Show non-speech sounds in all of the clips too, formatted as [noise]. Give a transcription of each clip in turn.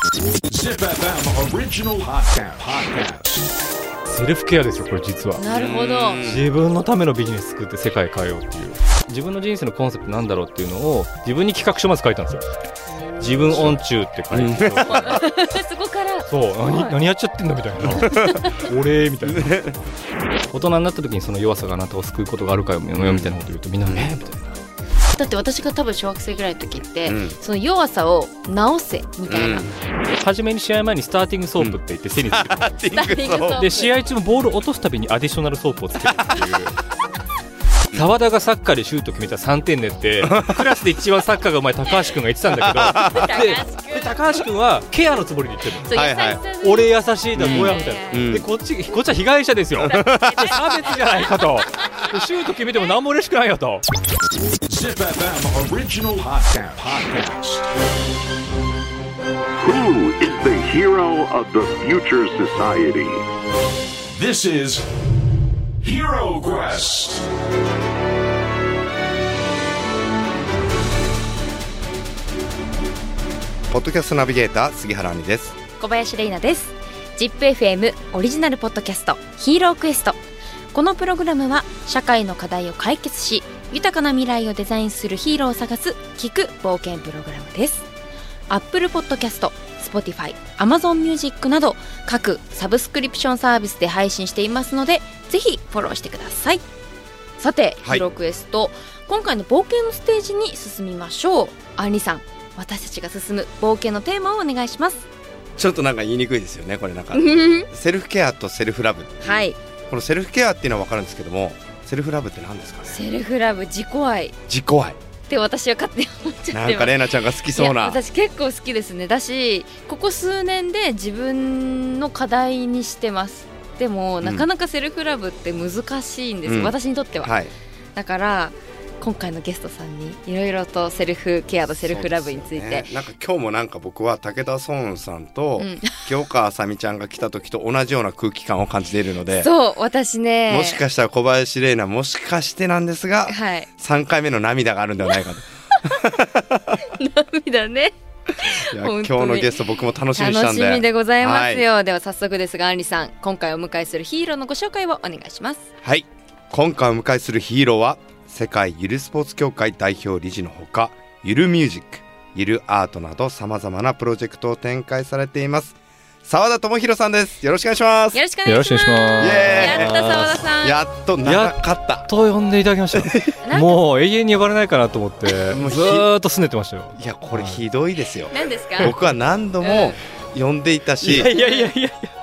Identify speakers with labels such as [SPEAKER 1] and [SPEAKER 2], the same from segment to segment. [SPEAKER 1] Zip FM original podcast. podcast.
[SPEAKER 2] セルフケアですよこれ実は
[SPEAKER 3] なるほど。
[SPEAKER 2] 自分のためのビジネス作って世界変えようっていう自分の人生のコンセプトなんだろうっていうのを自分に企画書まず書いたんですよ自分音中って書いて、
[SPEAKER 3] [laughs] そこから。
[SPEAKER 2] そう何何やっちゃってんだみたいな [laughs] 俺みたいな大人になった時にその弱さがあなたを救うことがあるかよみたいなこと言うとみんなねみたいな
[SPEAKER 3] だって私が多分小学生ぐらいの時って、
[SPEAKER 4] うん
[SPEAKER 3] その弱さを直せみたい [laughs] な。
[SPEAKER 2] 初めに試合前にスターティングソープって [laughs] 言って手につけて、
[SPEAKER 4] パッテ
[SPEAKER 3] スターティングソープ
[SPEAKER 2] で試合中もボールを落とすたびにアディショナルソープをつけるっていう澤田がサッカーでシュート決めたら3点ねってクラスで一番サッカーがうまい高橋君が言ってたんだけどでで高橋君はケアのつもりで言ってるの
[SPEAKER 3] そう
[SPEAKER 4] はいはい
[SPEAKER 3] 優しさ
[SPEAKER 2] 俺優しいだどうやみたいな、
[SPEAKER 4] うん
[SPEAKER 2] でこっちこっちは被害者ですよ差別じゃないかとでシュート決めても何も嬉しくないよと
[SPEAKER 1] Zip FM original podcast. podcast.
[SPEAKER 5] Who is the hero of the future society?
[SPEAKER 1] This is Hero Quest.
[SPEAKER 4] ポッドキャストナビゲーター杉原兄です
[SPEAKER 6] 小林玲奈です ZIPFM オリジナルポッドキャスト「ヒーロークエスト」このプログラムは社会の課題を解決し豊かな未来をデザインするヒーローを探す聞く冒険プログラムです Apple Podcast Spotify Amazon Music など各サブスクリプションサービスで配信していますのでぜひフォローしてくださいさて、
[SPEAKER 4] はい
[SPEAKER 6] ヒーロークエスト今回の冒険のステージに進みましょうアンリさん私たちが進む冒険のテーマをお願いします
[SPEAKER 4] [laughs] ちょっとなんか言いにくいですよねこれなんかセルフケアとセルフラブ
[SPEAKER 6] はい
[SPEAKER 4] このセルフケアっていうのは分かるんですけどもセルフラブって何ですかね
[SPEAKER 6] セルフラブ自己愛っ
[SPEAKER 4] 自己愛
[SPEAKER 6] て私は勝手に思っちゃ
[SPEAKER 4] な
[SPEAKER 6] って
[SPEAKER 4] んか
[SPEAKER 6] ます
[SPEAKER 4] 玲奈ちゃんが好きそう
[SPEAKER 6] いや
[SPEAKER 4] な
[SPEAKER 6] 私結構好きですねだしここ数年で自分の課題にしてますでも、
[SPEAKER 4] ん
[SPEAKER 6] なかなかセルフラブって難しいんです、
[SPEAKER 4] うん
[SPEAKER 6] 私にとっては、
[SPEAKER 4] はい
[SPEAKER 6] だから今回のゲストさんにいろいろとセルフケアとセルフラブについ
[SPEAKER 4] そ
[SPEAKER 6] て
[SPEAKER 4] うで、すよねなんか今日もなんか僕は武田孫さんと、
[SPEAKER 6] うん
[SPEAKER 4] 清川あさみちゃんが来た時と同じような空気感を感じているので
[SPEAKER 6] そう私ね
[SPEAKER 4] もしかしたら小林玲奈もしかしてなんですが
[SPEAKER 6] はい
[SPEAKER 4] 3回目の涙があるんではないかと
[SPEAKER 6] 涙ね
[SPEAKER 4] いや今
[SPEAKER 6] 本
[SPEAKER 4] 日
[SPEAKER 6] 当に
[SPEAKER 4] のゲスト僕も楽しみにした
[SPEAKER 6] 楽
[SPEAKER 4] ん
[SPEAKER 6] し
[SPEAKER 4] で
[SPEAKER 6] みでございますよ、では早速ですがあんりさん今回お迎えするヒーローのご紹介をお願いします
[SPEAKER 4] はい今回お迎えするヒーローは世界ゆるスポーツ協会代表理事のほかゆるミュージックゆるアートなどさまざまなプロジェクトを展開されています澤田智博さんですよろしくお願いします
[SPEAKER 6] よろしくお願いしま
[SPEAKER 2] よろし
[SPEAKER 6] す
[SPEAKER 2] くお願いします
[SPEAKER 6] やった澤田さん
[SPEAKER 4] やっと長かった
[SPEAKER 2] と呼んでいただきまし
[SPEAKER 6] な
[SPEAKER 2] た
[SPEAKER 6] んか
[SPEAKER 2] もう永遠に呼ばれないかなと思ってず
[SPEAKER 4] もうひ
[SPEAKER 2] ーっと拗ねてましたよ
[SPEAKER 4] いやこれひどいですよ
[SPEAKER 6] 何ですか
[SPEAKER 4] 僕は何度も呼んでいたし、
[SPEAKER 2] いやいやいや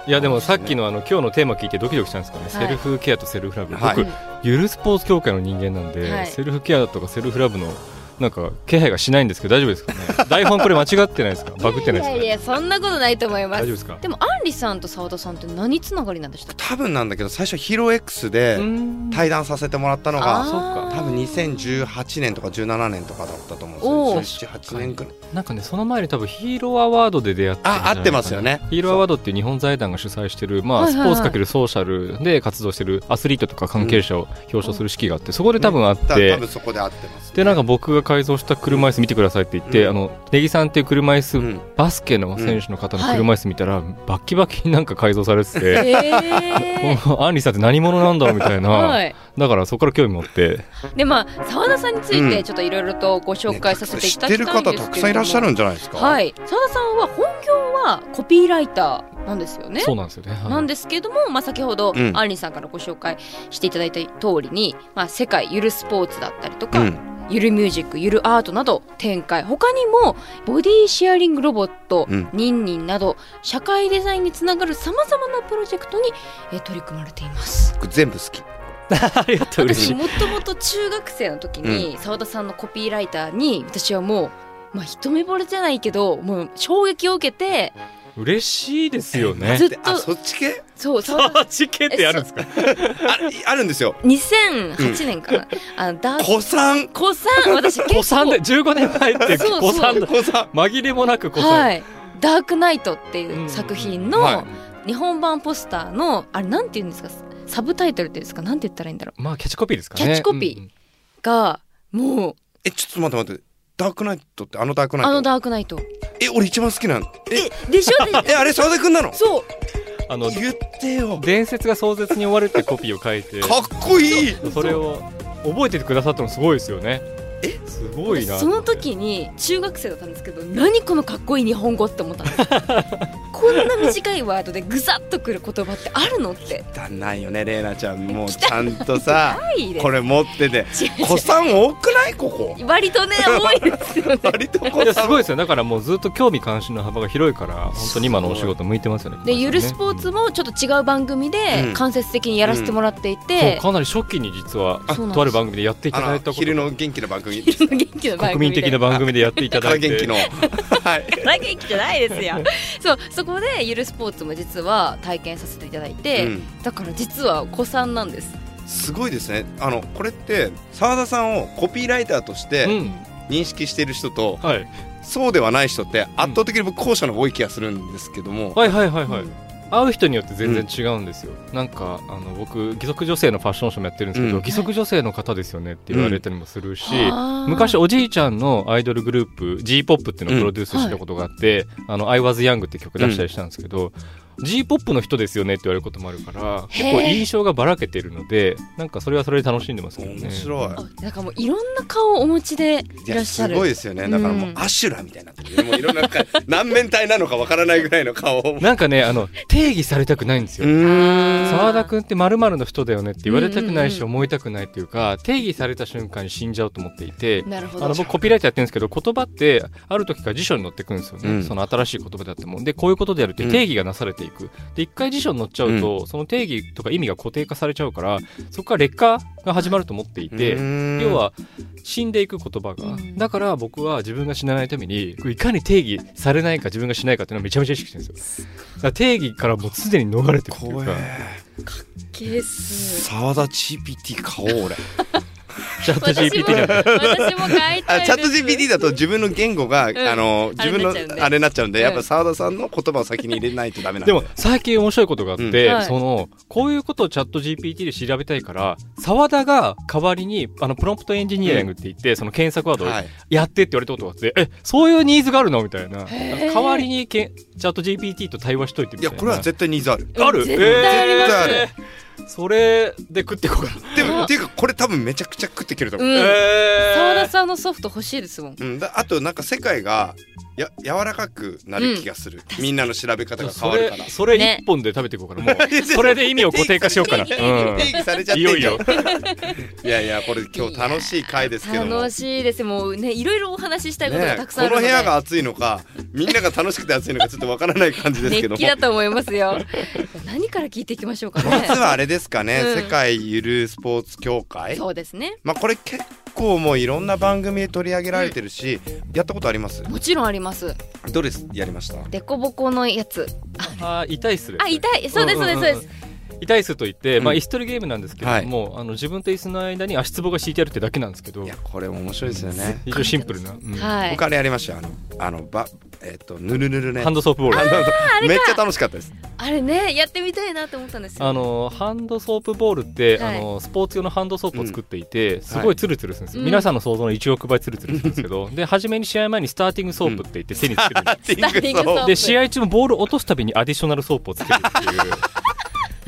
[SPEAKER 2] いやでもさっきのあの今日のテーマ聞いてドキドキしたんですけどね、
[SPEAKER 6] はい
[SPEAKER 2] セルフケアとセルフラブ、
[SPEAKER 4] はい
[SPEAKER 2] 僕ゆるスポーツ協会の人間なんで、
[SPEAKER 6] はい
[SPEAKER 2] セルフケアとかセルフラブのなんか気配がしないんです
[SPEAKER 6] [laughs]
[SPEAKER 2] けど大丈夫ですかね台本これ間違ってないですかバグってないですか、ね、
[SPEAKER 6] いやいやそんなことないと思いま
[SPEAKER 2] 大
[SPEAKER 6] す
[SPEAKER 2] 丈夫ですか
[SPEAKER 6] でもアンリさんと澤田さんって何つながりなんでしたっけ
[SPEAKER 4] 多分なんだけど最初ヒロ X で
[SPEAKER 2] うん
[SPEAKER 4] 対談させてもらったのが
[SPEAKER 2] あ
[SPEAKER 4] 多分2018年とか17年とかだったと思うんですよ18年くらい
[SPEAKER 2] なんかねその前に多分ヒーローアワードで出会って
[SPEAKER 4] あ合ってますよね
[SPEAKER 2] ヒーローアワードっていう日本財団が主催してる、まあ、
[SPEAKER 6] はい
[SPEAKER 2] ス
[SPEAKER 6] はい
[SPEAKER 2] ポ
[SPEAKER 6] は
[SPEAKER 2] ー
[SPEAKER 6] い
[SPEAKER 2] ツかけるソーシャルで活動してるアスリートとか関係者を表彰する式があってそこで多分あっ
[SPEAKER 4] だ
[SPEAKER 2] て
[SPEAKER 4] 多分そこで合ってます、
[SPEAKER 2] でなんか僕が改造した車椅子見てくださいって言って、
[SPEAKER 4] うん
[SPEAKER 2] あのネギさんっていう車椅子、
[SPEAKER 4] うん
[SPEAKER 2] バスケの選手の方の車椅子見たら、バッキバキになんか改造されてて、
[SPEAKER 4] [laughs]
[SPEAKER 6] え
[SPEAKER 2] この [laughs] アンリさんって何者なんだろうみたいな、
[SPEAKER 6] はい、
[SPEAKER 2] だからそこから興味持って
[SPEAKER 6] でまあ澤田さんについうて
[SPEAKER 4] ん
[SPEAKER 6] ちょっといろいろとご紹介させていただきたいんですけれども、
[SPEAKER 4] 知ってる方たくさんいらっしゃるんじゃないですか
[SPEAKER 6] はい澤田さんは本業はコピーライターなんですよね
[SPEAKER 2] そうなんですよね。はい
[SPEAKER 6] なんですけども、まあ、先ほど、
[SPEAKER 4] うん
[SPEAKER 6] アンリさんからご紹介していただいた通りに、まあ、世界ゆるスポーツだったりとか、
[SPEAKER 4] うん
[SPEAKER 6] ゆるミュージックゆるアートなど展開他にもボディシェアリングロボット、
[SPEAKER 4] うん
[SPEAKER 6] ニンニンなど社会デザインにつながるさまざまなプロジェクトに、えー取り組まれています。
[SPEAKER 4] 僕全部好き
[SPEAKER 2] ありがとう嬉し
[SPEAKER 6] 私
[SPEAKER 2] い。
[SPEAKER 6] もともと中学生の時に澤、田さんのコピーライターに私はもう、まあ、一目惚れじゃないけどもう衝撃を受けて
[SPEAKER 2] 嬉しいですよね
[SPEAKER 6] ず。っ
[SPEAKER 4] であ
[SPEAKER 6] と
[SPEAKER 4] そっち系
[SPEAKER 6] そう澤田
[SPEAKER 2] あチケってやるんですか。
[SPEAKER 4] ああるんですよ
[SPEAKER 2] [laughs]
[SPEAKER 6] 2008年かな、あのダー
[SPEAKER 4] 子さん
[SPEAKER 6] 子さん私結構
[SPEAKER 2] 子さんで15年前って
[SPEAKER 6] そうそう
[SPEAKER 2] 子さんだ
[SPEAKER 4] 子さん
[SPEAKER 2] 紛れもなく子さん。
[SPEAKER 6] はい「ダークナイト」っていう作品
[SPEAKER 4] うんは
[SPEAKER 6] の日本版ポスターのあれなんて言うんですかサブタイトルっていうんですかなんて言ったらいいんだろ
[SPEAKER 2] まあキャッチコピーですかね。
[SPEAKER 6] キャッチコピ
[SPEAKER 2] う
[SPEAKER 6] ー
[SPEAKER 2] んうん
[SPEAKER 6] うがもう
[SPEAKER 4] えちょっと待って待ってダークナイトってあのダークナイト
[SPEAKER 6] あのダークナイト
[SPEAKER 4] え俺一番好きなのえ
[SPEAKER 6] で
[SPEAKER 4] [laughs]
[SPEAKER 6] しょで
[SPEAKER 4] えあれ澤田君なの
[SPEAKER 6] そう
[SPEAKER 2] あの
[SPEAKER 4] 言ってよ
[SPEAKER 2] 伝説が壮絶に終わるってコピーを書いて
[SPEAKER 4] かっこいい
[SPEAKER 2] それを覚えててくださったのすごいですよねえすごいな
[SPEAKER 6] その時に中学生だったんですけど何このかっこいい日本語って思ったん
[SPEAKER 4] [laughs]
[SPEAKER 6] ですこんな短いワードでぐさっとくる言葉ってあるのって
[SPEAKER 4] だんないよねレイナちゃんもうちゃんとさ
[SPEAKER 6] いいです
[SPEAKER 4] これ持ってて
[SPEAKER 6] 違う違う
[SPEAKER 4] 子さん多くないここ
[SPEAKER 6] [laughs] 割とね多いですよね
[SPEAKER 4] 割と
[SPEAKER 2] い
[SPEAKER 4] 子
[SPEAKER 2] や
[SPEAKER 4] さ
[SPEAKER 2] す
[SPEAKER 4] ん
[SPEAKER 2] ごいですよだからもうずっと興味関心の幅が広いから本当に今のお仕事向いてますよね
[SPEAKER 6] で
[SPEAKER 2] 小林さんね
[SPEAKER 6] ゆるスポーツもちょっと違う番組
[SPEAKER 4] う
[SPEAKER 6] で
[SPEAKER 4] ん
[SPEAKER 6] 間接的にやらせてもらってい
[SPEAKER 2] そう
[SPEAKER 6] て、
[SPEAKER 2] かなり初期に実は
[SPEAKER 6] あそうなんです
[SPEAKER 2] とある番組でやっていただ
[SPEAKER 4] あ
[SPEAKER 2] いた
[SPEAKER 4] の
[SPEAKER 2] こと
[SPEAKER 4] 昼の元気な番組
[SPEAKER 6] 元気の番組で
[SPEAKER 2] 国民的な番組でやっていただ
[SPEAKER 4] から
[SPEAKER 2] いて
[SPEAKER 4] 元気のはい
[SPEAKER 6] から元気じゃないですよ [laughs] そうそこでゆるスポーツも実は体験させていただいて、
[SPEAKER 4] うん
[SPEAKER 6] だから実は子さんなんです
[SPEAKER 4] すごいですねあのこれって澤田さんをコピーライター
[SPEAKER 2] [laughs]
[SPEAKER 4] として
[SPEAKER 2] うん
[SPEAKER 4] 認識してる人と、
[SPEAKER 2] はい、
[SPEAKER 4] そうではない人って圧倒的に僕後者の方が多い気がするんですけども、
[SPEAKER 2] はいはいはいはい、
[SPEAKER 6] うん
[SPEAKER 2] 会う人によって全然違うんですよ、なんかあの僕義足女性のファッションショーもやってるんですけど、
[SPEAKER 4] うん
[SPEAKER 2] 義足女性の方ですよねって言われたりもするし、
[SPEAKER 6] あー
[SPEAKER 2] 昔おじいちゃんのアイドルグループ g p o p っていうのをプロデュースしたことがあって「あの I was young」って曲出したりしたんですけど、g p o p の人ですよねって言われることもあるから結構印象がばらけてるのでなんかそれはそれで楽しんでますけどね
[SPEAKER 4] 面白い。
[SPEAKER 6] あなんかもういろんな顔をお持ちでい
[SPEAKER 4] い
[SPEAKER 6] ら
[SPEAKER 4] や
[SPEAKER 6] っしゃ
[SPEAKER 4] す
[SPEAKER 6] る
[SPEAKER 4] ごいですよねだからもうアシュラみたいになってるもういろんな顔何面体なのかわからないぐらいの顔を
[SPEAKER 2] なんかねあの定義されたくないんですよ澤田君ってまるの人だよねって言われたくない
[SPEAKER 6] うん
[SPEAKER 2] し
[SPEAKER 6] うん
[SPEAKER 2] 思いたくないっていうか定義された瞬間に死んじゃうと思っていて
[SPEAKER 6] なるほど
[SPEAKER 2] あの僕コピーライターやってるんですけど言葉ってある時から辞書に載ってくるんですよね、
[SPEAKER 4] うん
[SPEAKER 2] その新しい言葉だってもでこういうことであるって定義がなされていく、で一回辞書に載っちゃうと、その定義とか意味が固定化されちゃうからそこから劣化が始まると思っていて。要
[SPEAKER 4] 要
[SPEAKER 2] は死んでいく言葉が、
[SPEAKER 6] うん
[SPEAKER 2] だから僕は自分が死なないためにいかに定義されないか自分がしないかっていうのをめちゃめちゃ意識してるんですよだから定義からもうすでに逃れてるっていう
[SPEAKER 4] 怖
[SPEAKER 2] か
[SPEAKER 4] え
[SPEAKER 6] ケース
[SPEAKER 4] 澤田 GPT 買おう俺
[SPEAKER 2] チャット GPT じゃない
[SPEAKER 6] 私も買いたい
[SPEAKER 4] あ
[SPEAKER 6] です
[SPEAKER 4] チャット GPT だと自分の言語が、あの自分の
[SPEAKER 6] あれになっちゃうんで
[SPEAKER 4] あれになっちゃうんで、やっ
[SPEAKER 6] う
[SPEAKER 4] ぱ
[SPEAKER 6] ん
[SPEAKER 4] 澤田さんの言葉を先に入れないとダメなん
[SPEAKER 2] で
[SPEAKER 4] で
[SPEAKER 2] も最近面白いことがあって、
[SPEAKER 6] うんはい
[SPEAKER 2] そのこういうことをチャット GPT で調べたいから澤田が代わりにあのプロンプトエンジニアリングって言って、その検索ワード
[SPEAKER 4] は
[SPEAKER 2] を
[SPEAKER 4] い、
[SPEAKER 2] やってって言われたことがあって、えそういうニーズがあるのみたいな
[SPEAKER 6] へー
[SPEAKER 2] 代わりにけチャット GPT と対話しといてみ
[SPEAKER 4] い
[SPEAKER 2] たい
[SPEAKER 4] や
[SPEAKER 2] ない
[SPEAKER 4] これは絶対ニーズある
[SPEAKER 2] ある
[SPEAKER 6] 絶対あります
[SPEAKER 4] 絶対ある
[SPEAKER 2] えーそれで食っていこうかな、
[SPEAKER 4] でもっていうかこれ多分めちゃくちゃ食ってくると思
[SPEAKER 6] う
[SPEAKER 4] う、
[SPEAKER 6] ん
[SPEAKER 2] えー
[SPEAKER 6] 澤田さんのソフト欲しいですもん
[SPEAKER 4] うんだあとなんか世界がや柔らかくなる気がする、みんなの調べ方が変
[SPEAKER 2] そ
[SPEAKER 4] わるか
[SPEAKER 2] れ
[SPEAKER 4] ら
[SPEAKER 2] それ
[SPEAKER 6] ね
[SPEAKER 2] 一本で食べていこうかな、もうそれで意味を固定化しよう
[SPEAKER 6] [laughs]
[SPEAKER 2] かな、うん
[SPEAKER 4] 定義されちゃって
[SPEAKER 2] い
[SPEAKER 4] んじゃん
[SPEAKER 2] よいよ
[SPEAKER 4] いやいやこれ今日楽しい回ですけども
[SPEAKER 6] 楽しいですもうねいろいろお話ししたいことが
[SPEAKER 4] ね
[SPEAKER 6] たくさんあ
[SPEAKER 4] こ
[SPEAKER 6] る
[SPEAKER 4] の
[SPEAKER 6] ので、
[SPEAKER 4] 部屋が暑いのかみんなが楽しくて暑いのかちょっとわからない感じです
[SPEAKER 6] 熱
[SPEAKER 4] けども
[SPEAKER 6] [laughs] 気だと思います
[SPEAKER 4] [laughs]
[SPEAKER 6] よ何から聞いていきましょうか
[SPEAKER 4] ま
[SPEAKER 6] ね
[SPEAKER 4] ずはあれですかね、
[SPEAKER 6] うん
[SPEAKER 4] 世界ゆるスポーツ協会
[SPEAKER 6] そうですね
[SPEAKER 4] まあこれ結構もういろんな番組で取り上げられてるし、やったことあります
[SPEAKER 6] もちろんあります
[SPEAKER 4] どれやりました
[SPEAKER 6] デコボコのやつ
[SPEAKER 2] あー痛いっすね
[SPEAKER 6] あ痛いそうですそうですそうです、
[SPEAKER 2] す。痛い椅子といって、まあ
[SPEAKER 4] うん
[SPEAKER 2] 椅子取りゲームなんですけれども、あの自分と椅子の間に足つぼが敷いてあるってだけなんですけど
[SPEAKER 4] いや、これも面白いですよね
[SPEAKER 2] 非常にシンプルな、うん
[SPEAKER 6] はい
[SPEAKER 4] 僕あれやりましたよあのあのばえっ、とぬるぬるね
[SPEAKER 2] ハンドソープボール。
[SPEAKER 4] あのめっちゃ楽しかったです
[SPEAKER 6] あれねやってみたいなと思ったんですよ
[SPEAKER 2] あのハンドソープボールって、
[SPEAKER 6] はい
[SPEAKER 2] あのスポーツ用のハンドソープを作っていて、すごいツルツルするんですよ、
[SPEAKER 6] うん
[SPEAKER 2] 皆さんの想像の1億倍ツルツルするんですけ
[SPEAKER 4] [laughs]
[SPEAKER 2] どで初めに試合前にスターティングソープって言って手につけるんです
[SPEAKER 4] ス
[SPEAKER 6] ターティングソープ
[SPEAKER 2] で試合中もボールを落とすたびにアディショナルソープをつけるっていう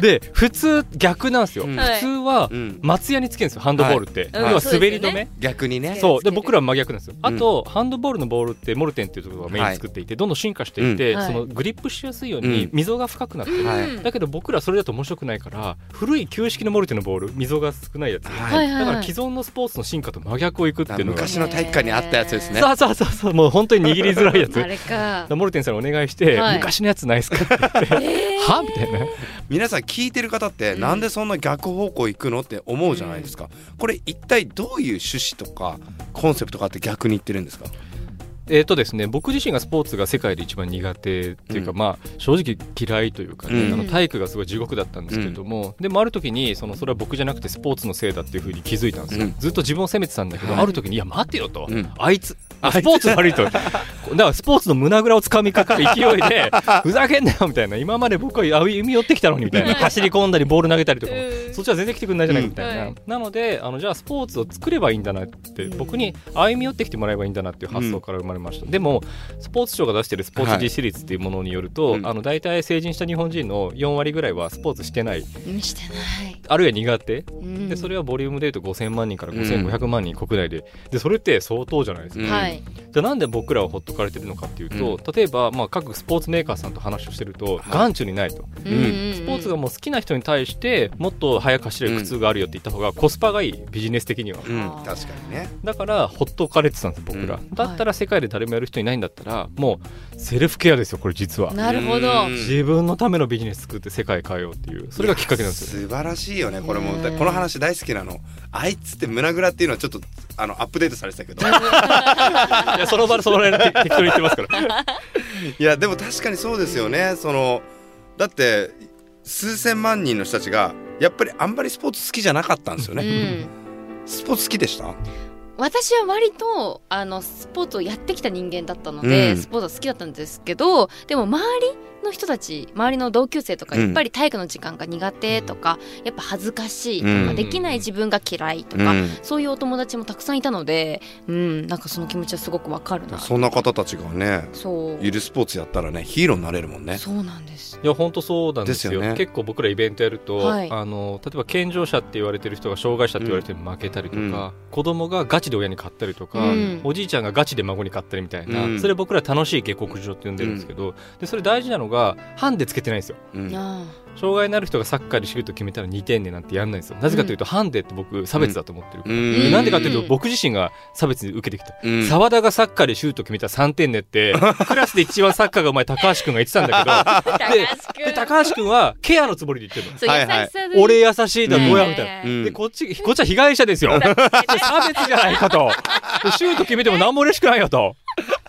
[SPEAKER 2] で普通逆なんですよ、
[SPEAKER 4] うん
[SPEAKER 2] 普通は
[SPEAKER 4] うん
[SPEAKER 2] 松屋につけるんですよハンドボールって、
[SPEAKER 6] はい
[SPEAKER 2] 要は滑り止め、
[SPEAKER 6] うんそうですよね
[SPEAKER 4] 逆にね
[SPEAKER 2] そう
[SPEAKER 6] つけ
[SPEAKER 2] で
[SPEAKER 6] て
[SPEAKER 2] 僕らは真逆なんですよ、あとハンドボールのボールってモルテンっていうところがメインに作っていて、どんどん進化していって、
[SPEAKER 6] うん
[SPEAKER 2] そのグリップしやすいように
[SPEAKER 4] うん
[SPEAKER 2] 溝が深くなってる、
[SPEAKER 4] は
[SPEAKER 6] うん
[SPEAKER 4] い
[SPEAKER 2] だけど僕らそれだと面白くないから古い旧式のモルテンのボール溝が少ないやつ、
[SPEAKER 4] はい
[SPEAKER 6] い
[SPEAKER 2] だから既存のスポーツの進化と真逆をいくっていうのが
[SPEAKER 4] 昔の体育館にあったやつですね
[SPEAKER 2] そうそうそうそうもう本当に握りづらいやつ
[SPEAKER 6] あれか
[SPEAKER 2] モルテンさんにお願いして、
[SPEAKER 6] はい
[SPEAKER 2] 昔のやつないですかって言って、
[SPEAKER 6] [laughs]
[SPEAKER 2] はみたいな
[SPEAKER 4] 皆さん聞いてる方ってなんでそんな逆方向行くのって思うじゃないですか、これ一体どういう趣旨とかコンセプトがあって逆に言ってるんですか
[SPEAKER 2] えーとですね、僕自身がスポーツが世界で一番苦手っていうか、
[SPEAKER 4] うん
[SPEAKER 2] まあ、正直嫌いというかね、
[SPEAKER 4] うん
[SPEAKER 2] あの体育がすごい地獄だったんですけれども、でもある時にそのそれは僕じゃなくてスポーツのせいだっていうふうに気づいたんですよ、
[SPEAKER 4] うん
[SPEAKER 2] ずっと自分を責めてたんだけど、
[SPEAKER 4] はい
[SPEAKER 2] ある時にいや待てよと、
[SPEAKER 4] うん
[SPEAKER 2] あいつあスポーツ悪いとだからスポーツの胸ぐらをつかみかかる勢いでふざけんなよみたいな今まで僕は歩み寄ってきたのにみたいな走り込んだりボール投げたりとかもそっちは全然来てくれないじゃないみたいな、
[SPEAKER 3] うん
[SPEAKER 2] なのであのじゃあスポーツを作ればいいんだなって、
[SPEAKER 3] うん
[SPEAKER 2] 僕に歩み寄ってきてもらえばいいんだなっていう発想から生まれました、でもスポーツ庁が出してるスポーツ実施率っていうものによると、
[SPEAKER 4] はいうん
[SPEAKER 2] あの大体成人した日本人の4割ぐらいはスポーツしてない
[SPEAKER 3] うんしてない、
[SPEAKER 2] あるいは苦手
[SPEAKER 3] うん
[SPEAKER 2] でそれはボリュームで言うと5000万人から5500万人国内ででそれって相当じゃないですか、
[SPEAKER 4] うん
[SPEAKER 3] はい
[SPEAKER 2] じゃあなんで僕らはほっとかれてるのかっていうと、例えばまあ各スポーツメーカーさんと話をしてると、
[SPEAKER 4] い
[SPEAKER 2] 眼中にないと
[SPEAKER 3] うんうんうん
[SPEAKER 2] スポーツがもう好きな人に対してもっと早く走れる苦痛があるよって言った方がコスパがいいビジネス的には
[SPEAKER 4] うん、確かにね。
[SPEAKER 2] だからほっとかれてたんです僕ら、
[SPEAKER 4] う
[SPEAKER 2] だったら世界で誰もやる人いないんだったらもうセルフケアですよこれ実は
[SPEAKER 3] なるほど
[SPEAKER 4] うん
[SPEAKER 2] 自分のためのビジネス作って世界変えようっていうそれがきっかけなんですよ
[SPEAKER 4] 素晴らしいよねこれも
[SPEAKER 3] うん
[SPEAKER 4] この話大好きなのあいつって胸ぐらっていうのはちょっとあのアップデートされてたけど
[SPEAKER 2] [laughs] いやその場でその辺で適当に言ってますから
[SPEAKER 4] いやでも確かにそうですよねそのだって数千万人の人たちがやっぱりあんまりスポーツ好きじゃなかったんですよ
[SPEAKER 3] う
[SPEAKER 4] ね、
[SPEAKER 3] ん
[SPEAKER 4] スポーツ好きでした
[SPEAKER 3] 私は割とあのスポーツをやってきた人間だったので、
[SPEAKER 4] うん
[SPEAKER 3] スポーツは好きだったんですけどでも周りの人たち周りの同級生とか
[SPEAKER 4] うん
[SPEAKER 3] やっぱり体育の時間が苦手とか、やっぱ恥ずかしいとか、
[SPEAKER 4] うん
[SPEAKER 3] できない自分が嫌いと
[SPEAKER 4] う
[SPEAKER 3] か、
[SPEAKER 4] ん
[SPEAKER 3] そういうお友達もたくさんいたのでうんなんかその気持ちはすごくわかるな
[SPEAKER 4] そんな方たちがね
[SPEAKER 3] そう
[SPEAKER 4] ゆるスポーツやったらねヒーローになれるもんね
[SPEAKER 3] そうなんです
[SPEAKER 2] いや本当そうなんですよ
[SPEAKER 4] ですよね
[SPEAKER 2] 結構僕らイベントやると、
[SPEAKER 3] はい
[SPEAKER 2] あの例えば健常者って言われてる人が障害者って言われて負けたりとか、
[SPEAKER 4] うん
[SPEAKER 2] 子供がガチで親に買ったりとか、
[SPEAKER 3] うん
[SPEAKER 2] おじいちゃんがガチで孫に買ったりみたいな、
[SPEAKER 4] うん
[SPEAKER 2] それ僕ら楽しい下克上って呼んでるんですけど、でそれ大事なのがハンデつけてないんですよ
[SPEAKER 4] うん
[SPEAKER 3] あ
[SPEAKER 2] 障害のある人がサッカーでシュート決めたら2点でなんてやんないんですよなぜかというと、ハンデって僕差別だと思ってるから、
[SPEAKER 4] うん
[SPEAKER 2] でなんでかという
[SPEAKER 3] うん
[SPEAKER 2] と僕自身が差別に受けてきた
[SPEAKER 4] うん
[SPEAKER 2] 澤田がサッカーでシュート決めた3点ね
[SPEAKER 4] [laughs]
[SPEAKER 2] って、クラスで一番サッカーがうまい高橋君が言ってたんだ
[SPEAKER 3] あ
[SPEAKER 2] けど、で、で高橋君はケアのつもりで言ってる
[SPEAKER 3] そう
[SPEAKER 4] はい
[SPEAKER 3] 優し
[SPEAKER 4] はい
[SPEAKER 3] さ
[SPEAKER 6] [laughs]
[SPEAKER 3] で、
[SPEAKER 2] の。俺優しいだ、
[SPEAKER 4] うん
[SPEAKER 2] どうやみたいな。
[SPEAKER 3] な
[SPEAKER 4] うん
[SPEAKER 2] で、こっち、こっちは被害者ですよ。差別じゃないかと。でシュート決めても何も嬉しくないよと。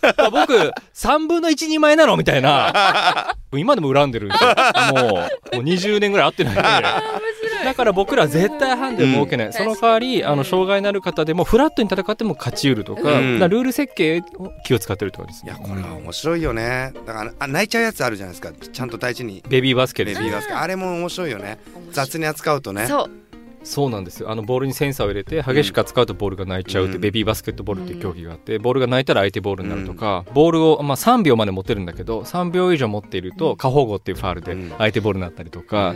[SPEAKER 2] だから僕、3分の1、2枚なのみたいな。今でも恨んでるんですよ。もう、もう20年ぐらい会ってないんで。だから僕ら絶対ハンデを設けない、
[SPEAKER 3] うん
[SPEAKER 2] その代わりあの障害のある方でもフラットに戦っても勝ち得るとか,、
[SPEAKER 4] うん
[SPEAKER 2] ルール設計を気を使ってるとかです
[SPEAKER 4] い
[SPEAKER 2] ね
[SPEAKER 4] やこれは面白いよねだからあ泣いちゃうやつあるじゃないですかちゃんと大事に
[SPEAKER 2] ベビーバスケ
[SPEAKER 4] レ
[SPEAKER 2] で
[SPEAKER 4] ビ
[SPEAKER 2] す
[SPEAKER 4] ーがあれも面白いよね
[SPEAKER 3] [laughs]
[SPEAKER 4] 雑に扱うとね
[SPEAKER 3] そう
[SPEAKER 2] そうなんですよあのボールにセンサーを入れて激しく扱うとボールが泣いちゃうって、
[SPEAKER 4] うん
[SPEAKER 2] ベビーバスケットボールっていう競技があってボールが泣いたら相手ボールになるとか、ボールを、まあ、3秒まで持てるんだけど3秒以上持っていると過保護っていうファールで
[SPEAKER 4] うん
[SPEAKER 2] 相手ボールになったりとか、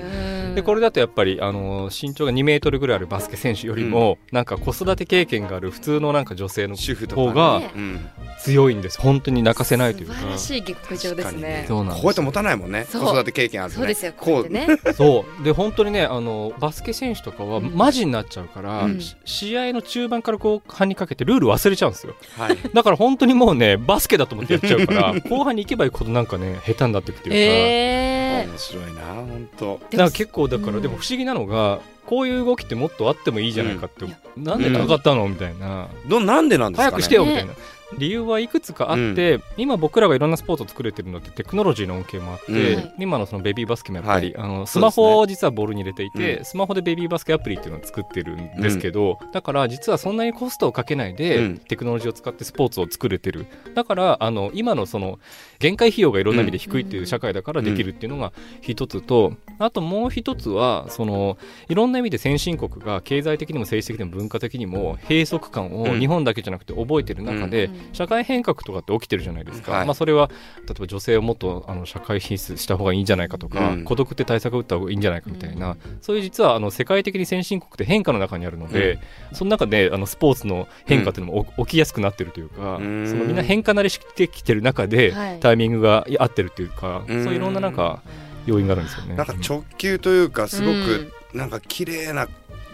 [SPEAKER 2] で
[SPEAKER 3] れ
[SPEAKER 2] これだとやっぱり、あの身長が2メートルぐらいあるバスケ選手よりも、なんか子育て経験がある普通のなんか女性の
[SPEAKER 4] 主婦とかね
[SPEAKER 2] 方が
[SPEAKER 3] ね
[SPEAKER 4] うん
[SPEAKER 2] 強いんです本当に泣かせないというか
[SPEAKER 3] 素晴らしい下克上ですね
[SPEAKER 2] そうなんで
[SPEAKER 4] こうやっ
[SPEAKER 2] す
[SPEAKER 4] て持たないもんね子
[SPEAKER 3] そう
[SPEAKER 4] 育て経験あると
[SPEAKER 3] そうですよこうや
[SPEAKER 4] こ
[SPEAKER 3] ってね
[SPEAKER 2] そうで本当にねあのバスケ選手とかは
[SPEAKER 3] うん
[SPEAKER 2] マジになっちゃうから、
[SPEAKER 4] うん
[SPEAKER 2] し試合の中盤から後半にかけてルール忘れちゃうんですよ
[SPEAKER 4] うはい
[SPEAKER 2] だから本当にもうねバスケだと思ってやっちゃうから
[SPEAKER 3] [laughs]
[SPEAKER 2] 後半に行けば行くほどなんかね下手になっていくっていうか、
[SPEAKER 3] え
[SPEAKER 4] 面白いな本当
[SPEAKER 3] ー、
[SPEAKER 2] なんか結構だから、
[SPEAKER 3] うん
[SPEAKER 2] でも不思議なのがこういう動きってもっとあってもいいじゃないかって、
[SPEAKER 3] うんいや
[SPEAKER 2] なんでなかったのみたいな、
[SPEAKER 4] どなんでなんですかね
[SPEAKER 2] 早くしてよみたいな。理由はいくつかあって、今僕らがいろんなスポーツを作れてるのってテクノロジーの恩恵もあって、
[SPEAKER 4] うん
[SPEAKER 2] 今のそのベビーバスケもやっぱり、あのス
[SPEAKER 4] そうで
[SPEAKER 2] マ
[SPEAKER 4] すね
[SPEAKER 2] ホを実はボールに入れていて、
[SPEAKER 4] う
[SPEAKER 2] スマホでベビーバスケアプリっていうのを作ってるんですけど、だから実はそんなにコストをかけないで、
[SPEAKER 4] うん
[SPEAKER 2] テクノロジーを使ってスポーツを作れてるだからあの今のその限界費用がいろんな意味で低いっていう社会だからできるっていうのが一つと、あともう一つはそのいろんな意味で先進国が経済的にも政治的にも文化的にも閉塞感
[SPEAKER 4] う
[SPEAKER 2] を
[SPEAKER 4] ん
[SPEAKER 2] 日本だけじゃなくて覚えてる中で、
[SPEAKER 3] うん
[SPEAKER 2] 社会変革とかって起きてるじゃないですか、
[SPEAKER 4] はい
[SPEAKER 2] まあ、それは例えば女性をもっとあの社会進出した方がいいんじゃないかとか、
[SPEAKER 4] うん
[SPEAKER 2] 孤独って対策を打った方がいいんじゃないかみたいな、
[SPEAKER 3] うん
[SPEAKER 2] そういう実はあの世界的に先進国って変化の中にあるので、その中であのスポーツの変化っていうのもお起きやすくなってるというか、
[SPEAKER 4] うん
[SPEAKER 2] そのみんな変化慣れしてきてる中で、
[SPEAKER 3] はい
[SPEAKER 2] タイミングが合ってるっていうか、
[SPEAKER 4] うん
[SPEAKER 2] そういういろんななんか要因があるんですよね。
[SPEAKER 4] なんか直球というかすごくなんか綺麗な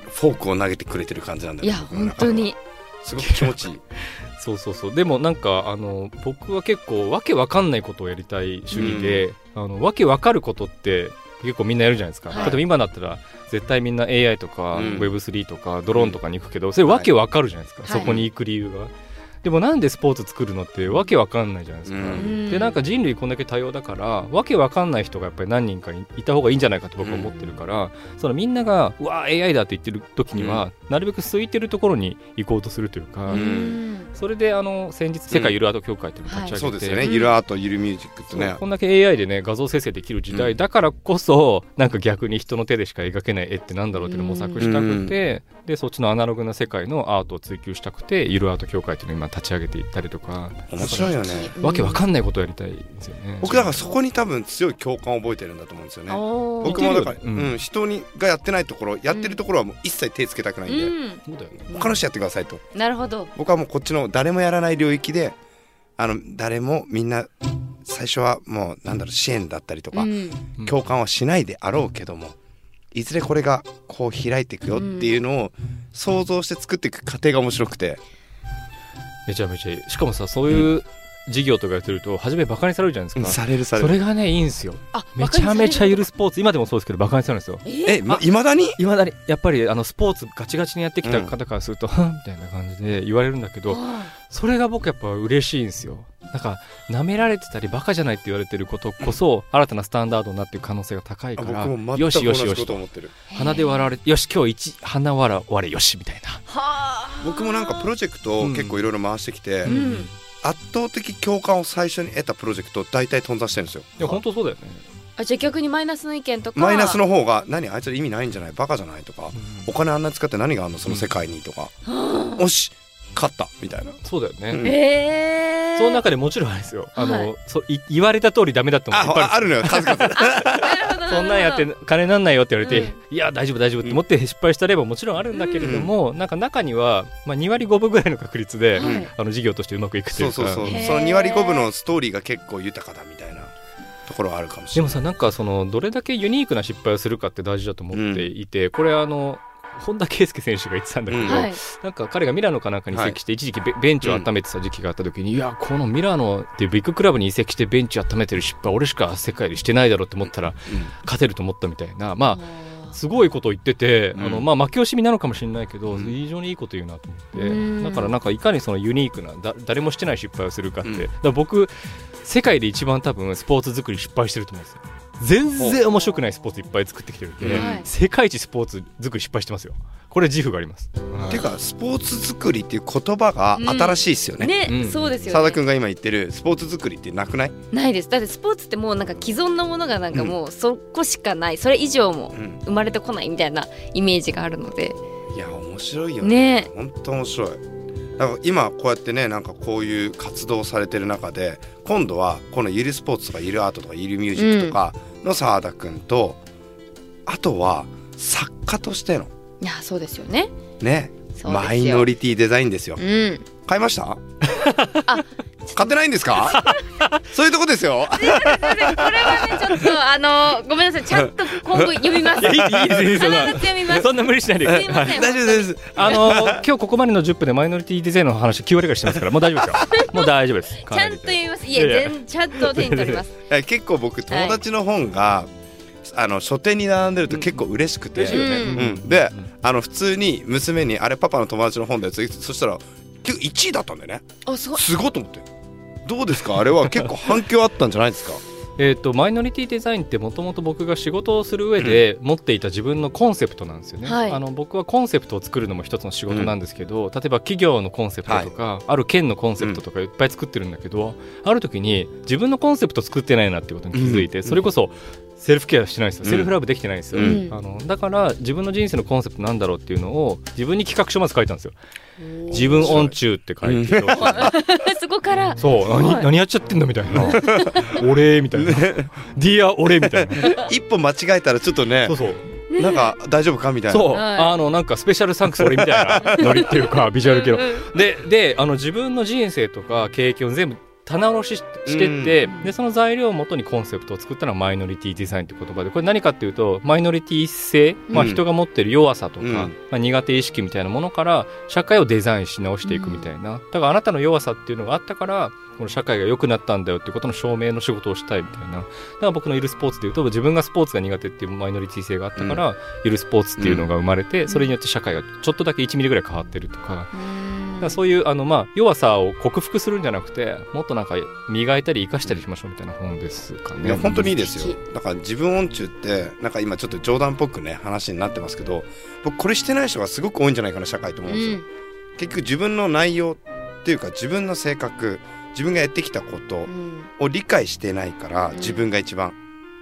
[SPEAKER 4] フォークを投げてくれてる感じなんだ
[SPEAKER 3] い
[SPEAKER 4] よ
[SPEAKER 3] や
[SPEAKER 4] 僕の
[SPEAKER 3] 本
[SPEAKER 4] 中
[SPEAKER 3] 当
[SPEAKER 4] では
[SPEAKER 3] に
[SPEAKER 4] すごく気
[SPEAKER 2] [laughs]
[SPEAKER 4] 持ちいい
[SPEAKER 2] そうそうそうでもなんかあの僕は結構わけわかんないことをやりたい主義で、あのわけわかることって結構みんなやるじゃないですか、
[SPEAKER 3] はい
[SPEAKER 2] 例えば今だったら絶対みんな AI とか
[SPEAKER 4] うん
[SPEAKER 2] Web3 とかドローンとかに行くけどそれわけわかるじゃないですか、
[SPEAKER 3] はい
[SPEAKER 2] そこに行く理由が。でもなんでスポーツ作るのってわけわかんないじゃないですか、
[SPEAKER 4] うん
[SPEAKER 2] でなんか人類こんだけ多様だからわけわかんない人がやっぱり何人かいいた方がいいんじゃないかと僕は思ってるから、そのみんなが「うわー AI だ」って言ってる時には、なるべく空いてるところに行こうとするというか、
[SPEAKER 4] うん
[SPEAKER 2] それであの先日世界ゆるアート協会っていうのを立ち上げて、
[SPEAKER 4] そうですよね、ゆるアートゆるミュージックってね
[SPEAKER 2] そうこんだけ AI でね画像生成できる時代だからこそ、なんか逆に人の手でしか描けない絵ってなんだろうっていうのを模索したくて、でそっちのアナログな世界のアートを追求したくてゆるアート協会っていうのを今立ち上げていったりとか
[SPEAKER 4] 面白いよね
[SPEAKER 2] わけわかんないことをやりたいですよね。
[SPEAKER 4] 僕だからそこに多分強い共感を覚えてるんだと思うんですよね
[SPEAKER 3] おー
[SPEAKER 4] 僕もだから、
[SPEAKER 2] 似て
[SPEAKER 4] う
[SPEAKER 2] るよね
[SPEAKER 4] ん、人にがやってないところやってるところはもう一切手つけたくないんで、
[SPEAKER 3] うん
[SPEAKER 2] そうだよね
[SPEAKER 4] 他の人やってくださいと
[SPEAKER 3] なるほど
[SPEAKER 4] 僕はもうこっちの誰もやらない領域であの誰もみんな最初はもうなんだろう支援だったりとか、
[SPEAKER 3] うん
[SPEAKER 2] うん
[SPEAKER 4] 共感はしないであろうけどもいずれこれがこう開いていくよっていうのを想像して作っていく過程が面白くて、
[SPEAKER 2] めちゃめちゃいいしかもさそういう事業とかやってると初めバカにされるじゃないですか、
[SPEAKER 4] されるされ
[SPEAKER 2] そ
[SPEAKER 4] る
[SPEAKER 2] れがねいいんですよ
[SPEAKER 3] あ
[SPEAKER 2] めちゃめちゃゆ
[SPEAKER 3] い
[SPEAKER 2] るスポーツ今でもそうですけどバカにされるんですよ
[SPEAKER 4] えまいまだに
[SPEAKER 2] いまだにやっぱりあのスポーツガチガチにやってきた方からすると、ふんみたいな感じで言われるんだけどそれが僕やっぱ嬉しいんですよなんか舐められてたりバカじゃないって言われてることこそ新たなスタンダードになってる可能性が高い
[SPEAKER 4] あ
[SPEAKER 2] か
[SPEAKER 4] 僕
[SPEAKER 2] ら
[SPEAKER 4] も
[SPEAKER 2] よ
[SPEAKER 4] 全
[SPEAKER 2] し
[SPEAKER 4] く
[SPEAKER 2] よ
[SPEAKER 4] 同
[SPEAKER 2] しよ
[SPEAKER 4] じ
[SPEAKER 2] し
[SPEAKER 4] こと
[SPEAKER 2] と
[SPEAKER 4] 思ってる
[SPEAKER 2] 鼻で笑われよし今日一鼻笑われよしみたいな
[SPEAKER 4] 僕もなんかプロジェクトを結構いろいろ回してきて、
[SPEAKER 3] ん
[SPEAKER 4] 圧倒的共感を最初に得たプロジェクト大体頓挫してるんですよ
[SPEAKER 2] いや本当そうだよね
[SPEAKER 3] あじゃあ逆にマイナスの意見とか
[SPEAKER 4] マイナスの方が何あいつら意味ないんじゃないバカじゃないとか、お金あんなに使って何があんのその世界にとか、よし勝ったみたいな
[SPEAKER 2] そうだよね、
[SPEAKER 4] うん
[SPEAKER 3] えー、
[SPEAKER 2] その中でもちろんあれですよあの、
[SPEAKER 3] はい
[SPEAKER 2] そうい言われた通りダメだったもんいっぱいあるんです
[SPEAKER 4] あ
[SPEAKER 2] よ
[SPEAKER 4] あるのよ数々
[SPEAKER 2] そんなんやって金なんないよって言われて、いや大丈夫大丈夫って思って失敗した例ももちろんあるんだけれども、なんか中には、まあ、2割5分ぐらいの確率で、
[SPEAKER 4] はい
[SPEAKER 2] あの事業としてうまくいくとい
[SPEAKER 4] そうう
[SPEAKER 2] か
[SPEAKER 4] そうそう
[SPEAKER 3] へー
[SPEAKER 4] その2割5分のストーリーが結構豊かだみたいなところはあるかもし
[SPEAKER 2] で
[SPEAKER 4] れな
[SPEAKER 2] も
[SPEAKER 4] い
[SPEAKER 2] さなんかそのどれだけユニークな失敗をするかって大事だと思っていて、これあの本田圭佑選手が言ってたんだけど、
[SPEAKER 4] うん
[SPEAKER 3] はい
[SPEAKER 2] なんか彼がミラノかなんかに移籍して一時期ベ,、ンチを温めてた時期があった時に、いやこのミラノっていうビッグクラブに移籍してベンチを温めてる失敗俺しか世界でしてないだろうって思ったら、勝てると思ったみたいなまあすごいことを言ってて、
[SPEAKER 4] うん
[SPEAKER 2] あのまあ負け惜しみなのかもしれないけど、
[SPEAKER 4] うん
[SPEAKER 2] 非常にいいこと言うなと思って、
[SPEAKER 3] うん
[SPEAKER 2] だからなんかいかにそのユニークなだ誰もしてない失敗をするかって、
[SPEAKER 4] うん
[SPEAKER 2] だから僕世界で一番多分スポーツ作り失敗してると思うんですよ全然面白くないスポーツいっぱい作ってきてるんで、
[SPEAKER 4] はい
[SPEAKER 2] 世界一スポーツ作り失敗してますよこれ自負があります、
[SPEAKER 4] っていうかスポーツ作りっていう言葉が新しいですよね,、
[SPEAKER 3] ね、
[SPEAKER 2] うん
[SPEAKER 3] そうですよ、ね、
[SPEAKER 4] 澤田君が今言ってるスポーツ作りってなくない、
[SPEAKER 3] ないですだってスポーツってもうなんか既存のものがなんかもうそこしかない、それ以上も
[SPEAKER 4] うん
[SPEAKER 3] 生まれてこないみたいなイメージがあるので
[SPEAKER 4] いや面白いよね
[SPEAKER 3] ね
[SPEAKER 4] 本当面白いだから今こうやってねなんかこういう活動をされてる中で今度はこのゆるスポーツとかゆるアートとかゆるミュージックとかの澤田君と、あとは作家としての
[SPEAKER 3] いやそうですよね
[SPEAKER 4] ね
[SPEAKER 3] そうですよ
[SPEAKER 4] マイノリティデザインですよ
[SPEAKER 3] うん
[SPEAKER 4] 買いました [laughs] 買ってないんですかそういうとこですよ
[SPEAKER 3] これはねちょっとあのごめんなさいちゃんと今後読みます
[SPEAKER 2] いやいいいいですいいです
[SPEAKER 3] 必ず読みます
[SPEAKER 2] そんな無理しないでくだ
[SPEAKER 3] す
[SPEAKER 2] さ
[SPEAKER 3] いませ
[SPEAKER 2] い
[SPEAKER 3] ん
[SPEAKER 4] [laughs] 大丈夫です
[SPEAKER 2] あの今日ここまでの10分でマイノリティデザインの話9割ぐらいしてますからもう大丈夫です
[SPEAKER 3] [laughs]
[SPEAKER 2] よもう大丈夫です
[SPEAKER 3] ちゃんと読みますい
[SPEAKER 2] い
[SPEAKER 3] や
[SPEAKER 2] やいや
[SPEAKER 3] 全ちゃんと手に取ります
[SPEAKER 4] え結構僕友達の本が、あの書店に並んでると結構嬉しくて、
[SPEAKER 2] 嬉しいよね
[SPEAKER 4] うん、で、あの普通に娘に「あれパパの友達の本だよ」つそしたら結構1位だったんだよね
[SPEAKER 3] あすごい
[SPEAKER 4] すごいと思ってどうですかあれは結構反響あったんじゃないです
[SPEAKER 2] [laughs]
[SPEAKER 4] か
[SPEAKER 2] えー、とマイノリティデザインってもともと僕が仕事をする上で持っていた自分のコンセプトなんですよね、
[SPEAKER 3] はい
[SPEAKER 2] あの僕はコンセプトを作るのも一つの仕事なんですけど、例えば企業のコンセプトとか、ある県のコンセプトとかいっぱい作ってるんだけど、ある時に自分のコンセプト作ってないなっていうことに気づいて、
[SPEAKER 4] うん
[SPEAKER 2] それこそセルフケアしてないんですよ、
[SPEAKER 4] うん
[SPEAKER 2] セルフラブできてないんですよ、
[SPEAKER 4] うん
[SPEAKER 2] あのだから自分の人生のコンセプトなんだろうっていうのを自分に企画書まず書いたんですよ自分音中って書いてる、
[SPEAKER 3] そこから
[SPEAKER 2] そう
[SPEAKER 3] ごい
[SPEAKER 2] 何何やっちゃってんだみたい [laughs] な俺みたいな「ディア俺」みたいな
[SPEAKER 4] 一歩間違えたらちょっとね
[SPEAKER 2] [laughs] そうそう
[SPEAKER 4] なんか大丈夫かみたいな
[SPEAKER 2] そう、
[SPEAKER 3] はい
[SPEAKER 2] あのなんかスペシャルサンクス俺みたいなノリっていうかビジュアル系の
[SPEAKER 3] うんうん
[SPEAKER 2] でであの自分の人生とか経験を全部棚卸ししてって、でその材料をもとにコンセプトを作ったのはマイノリティデザインって言葉でこれ何かっていうとマイノリティ性、まあ、
[SPEAKER 4] うん
[SPEAKER 2] 人が持ってる弱さとか、
[SPEAKER 4] うん
[SPEAKER 2] まあ、苦手意識みたいなものから社会をデザインし直していくみたいな、だからあなたの弱さっていうのがあったからこの社会が良くなったんだよっていうことの証明の仕事をしたいみたいなだから僕のゆるスポーツでいうと自分がスポーツが苦手っていうマイノリティ性があったから、ゆるスポーツっていうのが生まれて、それによって社会がちょっとだけ1ミリぐらい変わってるとか,、だからそういうあの、まあ、弱さを克服するんじゃなくてもっとなんか磨いたり生かしたりしましょうみたいな本ですかね。
[SPEAKER 4] いや本当にいいですよだから自分音中ってなんか今ちょっと冗談っぽくね話になってますけど僕これしてない人がすごく多いんじゃないかな社会と思うんですよ、結局自分の内容っていうか自分の性格自分がやってきたことを理解してないから、自分が一番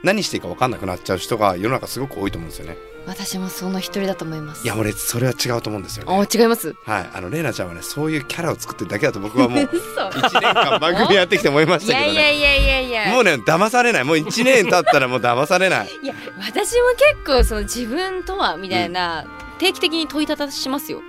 [SPEAKER 4] 何していいか分かんなくなっちゃう人が世の中すごく多いと思うんですよね
[SPEAKER 3] 私もその一人だと思います
[SPEAKER 4] いや俺それは違うと思うんですよね
[SPEAKER 3] あ違います
[SPEAKER 4] はいあのレイナちゃんはねそういうキャラを作ってるだけだと僕はもう1年間番組やってきて思いまし
[SPEAKER 3] い
[SPEAKER 4] たけ
[SPEAKER 3] や
[SPEAKER 4] ど
[SPEAKER 3] いや
[SPEAKER 4] ね
[SPEAKER 3] いやいやいや
[SPEAKER 4] もうね騙されないもう1年経ったらもう騙されない
[SPEAKER 3] いや私も結構その自分とはみたいな、定期的に問いただしますよ。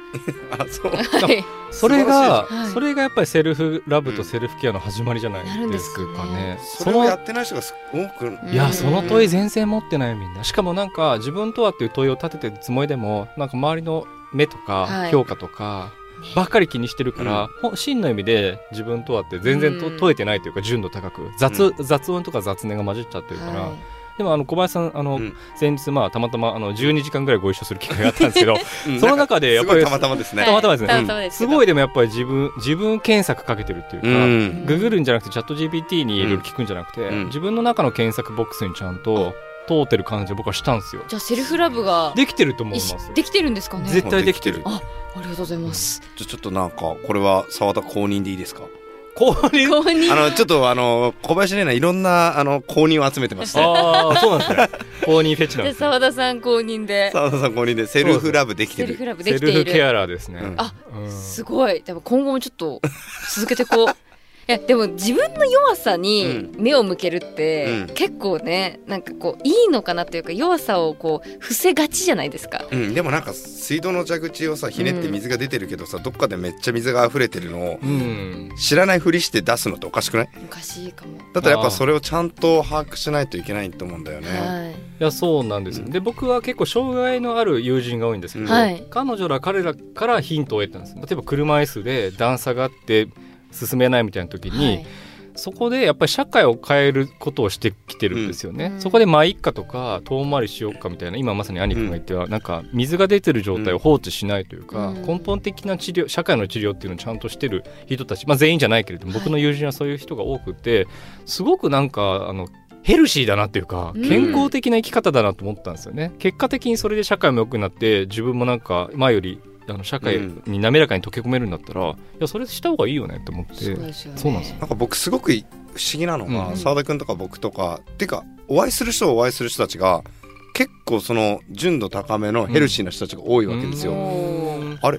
[SPEAKER 4] あそう
[SPEAKER 3] はい
[SPEAKER 2] それが、
[SPEAKER 3] 素晴らしいはい
[SPEAKER 2] それがやっぱりセルフラブ
[SPEAKER 4] う
[SPEAKER 2] と
[SPEAKER 4] ん
[SPEAKER 2] セルフケアの始まりじゃないですかね。
[SPEAKER 4] それをやってない人がす多く
[SPEAKER 2] いやその問い
[SPEAKER 3] うん
[SPEAKER 2] 全然持ってないみんなしかもなんか自分とはっていう問いを立ててるつもりでもなんか周りの目と
[SPEAKER 3] は
[SPEAKER 2] か
[SPEAKER 3] い
[SPEAKER 2] 評価とかばっかり気にしてるから、ほ真の意味で自分とはって全然と
[SPEAKER 3] うん
[SPEAKER 2] 問えてないというか純度高く雑,、雑音とか雑念が混じっちゃってるから、
[SPEAKER 3] はい
[SPEAKER 2] でもあの小林さんあの、
[SPEAKER 4] うん
[SPEAKER 2] 先日まあたまたまあの12時間ぐらいご一緒する機会があったんですけどその中でや
[SPEAKER 4] や
[SPEAKER 2] っ
[SPEAKER 4] っ
[SPEAKER 2] ぱ
[SPEAKER 4] ぱ
[SPEAKER 2] り
[SPEAKER 4] りたまたまですね、
[SPEAKER 2] たまたまですね
[SPEAKER 3] たまたまです
[SPEAKER 2] す
[SPEAKER 3] けど
[SPEAKER 2] ごいでもやっぱり自分自分検索かけてるっていうか。
[SPEAKER 4] うん
[SPEAKER 2] ググるんじゃなくてチャット GPT にいろいろ聞くんじゃなくて、
[SPEAKER 4] うん
[SPEAKER 2] 自分の中の検索ボックスにちゃんと通ってる感じを僕はしたんですよ
[SPEAKER 3] じゃあセルフラブが
[SPEAKER 2] できてると思い
[SPEAKER 3] い
[SPEAKER 2] ます
[SPEAKER 3] し
[SPEAKER 2] よ
[SPEAKER 3] できてるんですかね。
[SPEAKER 2] 絶対できてる
[SPEAKER 3] あありがとうございます。
[SPEAKER 4] じゃちょっとなんかこれは澤田公認でいいですか
[SPEAKER 2] 公認
[SPEAKER 3] ここに
[SPEAKER 4] あのちょっとあの小林玲奈いろんなあの公認を集めてまして
[SPEAKER 2] ああそうなんですね [laughs] 公認フェチなん
[SPEAKER 3] で
[SPEAKER 2] ですね
[SPEAKER 3] 澤田さん公認で
[SPEAKER 4] 澤田さん公認でセルフラブできて
[SPEAKER 3] セル
[SPEAKER 4] る
[SPEAKER 3] フラブで
[SPEAKER 2] セ
[SPEAKER 3] き
[SPEAKER 2] ル
[SPEAKER 3] てい
[SPEAKER 2] フケ
[SPEAKER 3] る。
[SPEAKER 2] アラーですね、
[SPEAKER 4] うん
[SPEAKER 3] あ
[SPEAKER 2] うん
[SPEAKER 3] すごい。でも今後もちょっと続けて [laughs] こう。いやでも自分の弱さに目を向けるって、
[SPEAKER 4] うん
[SPEAKER 3] 結構ねなんかこういいのかなというか弱さをこう伏せがちじゃないですか。
[SPEAKER 4] うん、でもなんか水道の蛇口をさひねって水が出てるけどさ、どっかでめっちゃ水が溢れてるのを
[SPEAKER 2] うん
[SPEAKER 4] 知らないふりして出すのっておかしくない
[SPEAKER 3] おかしいかも。
[SPEAKER 4] だったらやっぱそれをちゃんと把握しないといけないと思うんだよね。
[SPEAKER 3] はい
[SPEAKER 2] やそうなんですよで僕は結構障害のある友人が多いんですけど、
[SPEAKER 3] はい
[SPEAKER 2] 彼女ら彼らからヒントを得たんです例えば車椅子で段差があって進めないみたいな時
[SPEAKER 3] い。
[SPEAKER 2] に、
[SPEAKER 3] はい
[SPEAKER 2] そこでやっぱり社会を変えることをしてきてるんですよね、
[SPEAKER 3] うん
[SPEAKER 2] そこでまあ一家とか遠回りしようかみたいな今まさに兄君が言っては、なんか水が出てる状態を放置しないというか、
[SPEAKER 3] うん
[SPEAKER 2] 根本的な治療社会の治療っていうのをちゃんとしてる人たち、まあ、全員じゃないけれども
[SPEAKER 3] はい
[SPEAKER 2] 僕の友人はそういう人が多くてすごくなんかあのヘルシーだなっていうか
[SPEAKER 3] うん
[SPEAKER 2] 健康的な生き方だなと思ったんですよね、結果的にそれで社会も良くなって自分もなんか前よりあの社会に滑らかに溶け込めるんだったら、いやそれした方がいいよねと思って
[SPEAKER 3] そうですよね。
[SPEAKER 2] そうなんですよ
[SPEAKER 4] なんか僕すごく不思議なの
[SPEAKER 2] う
[SPEAKER 4] が
[SPEAKER 2] ん
[SPEAKER 4] 澤、田君とか僕とかっていうかお会いする人をお会いする人たちが結構その純度高めのヘルシーな人たちが多いわけですよ。
[SPEAKER 2] うん
[SPEAKER 4] あれ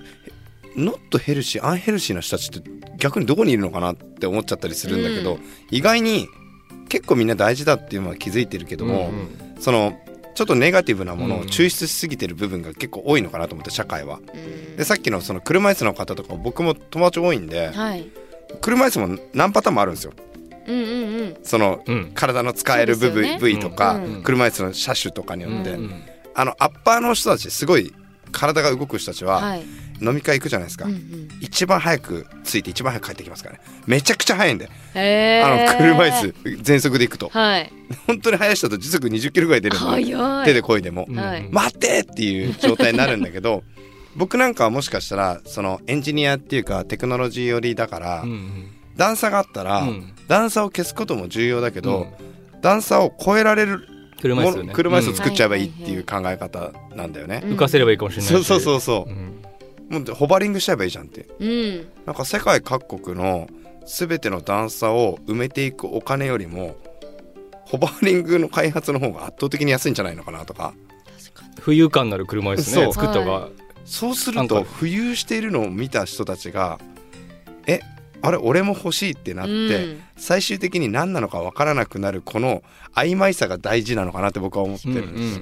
[SPEAKER 4] ノットヘルシーアンヘルシーな人たちって逆にどこにいるのかなって思っちゃったりするんだけど、
[SPEAKER 3] う
[SPEAKER 4] 意外に結構みんな大事だっていうのは気づいてるけども、
[SPEAKER 2] うんうん
[SPEAKER 4] そのちょっとネガティブなもの
[SPEAKER 2] う
[SPEAKER 4] を
[SPEAKER 2] ん
[SPEAKER 4] 抽出しすぎてる部分が結構多いのかなと思って社会は。
[SPEAKER 3] うん
[SPEAKER 4] でさっきのその車椅子の方とか僕も友達多いんで
[SPEAKER 3] はい。
[SPEAKER 4] 車椅子も何パターンもあるんですよ。
[SPEAKER 3] うんうんうん。
[SPEAKER 4] その
[SPEAKER 2] うん
[SPEAKER 4] 体の使える
[SPEAKER 3] そ
[SPEAKER 4] 部
[SPEAKER 3] う
[SPEAKER 4] 分、
[SPEAKER 3] ですよね
[SPEAKER 4] 部位とか、
[SPEAKER 3] うん
[SPEAKER 4] 車椅子の車種とかによって、
[SPEAKER 3] うん
[SPEAKER 4] あのアッパーの人たちすごい体が動く人たちは
[SPEAKER 3] はい。
[SPEAKER 4] 飲み会行くじゃないですか、
[SPEAKER 3] うんうん。
[SPEAKER 4] 一番早く着いて一番早く帰ってきますからねめちゃくちゃ早いんで、
[SPEAKER 3] え
[SPEAKER 4] あの車椅子全速で行くと
[SPEAKER 3] はい。
[SPEAKER 4] 本当に速い人だと時速20キロぐらい出るんで
[SPEAKER 3] 早い。
[SPEAKER 4] 手で漕いでも、
[SPEAKER 2] うん
[SPEAKER 3] はい
[SPEAKER 4] 待ってっていう状態になるんだけど僕なんかはもしかしたらそのエンジニアっていうかテクノロジー寄りだから、
[SPEAKER 2] うん
[SPEAKER 4] 段差があったら、
[SPEAKER 2] うん
[SPEAKER 4] 段差を消すことも重要だけど、段差を超えられる
[SPEAKER 2] 車椅子よね
[SPEAKER 4] も車椅子
[SPEAKER 2] う
[SPEAKER 4] を
[SPEAKER 2] ん
[SPEAKER 4] 作っちゃえばいいっていう考え方なんだよね。
[SPEAKER 3] うん
[SPEAKER 2] 浮かせればいいかもしれないし
[SPEAKER 4] そうそうそうそ
[SPEAKER 2] うん
[SPEAKER 4] う。もうホバリングしちゃえばいいじゃんって。
[SPEAKER 3] うん。
[SPEAKER 4] なんか世界各国の全ての段差を埋めていくお金よりもホバリングの開発の方が圧倒的に安いんじゃないのかなとか。
[SPEAKER 2] 浮遊感のある車椅子
[SPEAKER 4] そ
[SPEAKER 2] ね
[SPEAKER 4] う
[SPEAKER 2] 作った方が
[SPEAKER 4] そうす
[SPEAKER 2] な
[SPEAKER 4] る
[SPEAKER 2] んか
[SPEAKER 4] と浮遊しているのを見た人たちが「えあれ俺も欲しい」ってなって、
[SPEAKER 3] うん
[SPEAKER 4] 最終的に何なのかわからなくなるこの曖昧さが大事なのかなって僕は思ってるんです。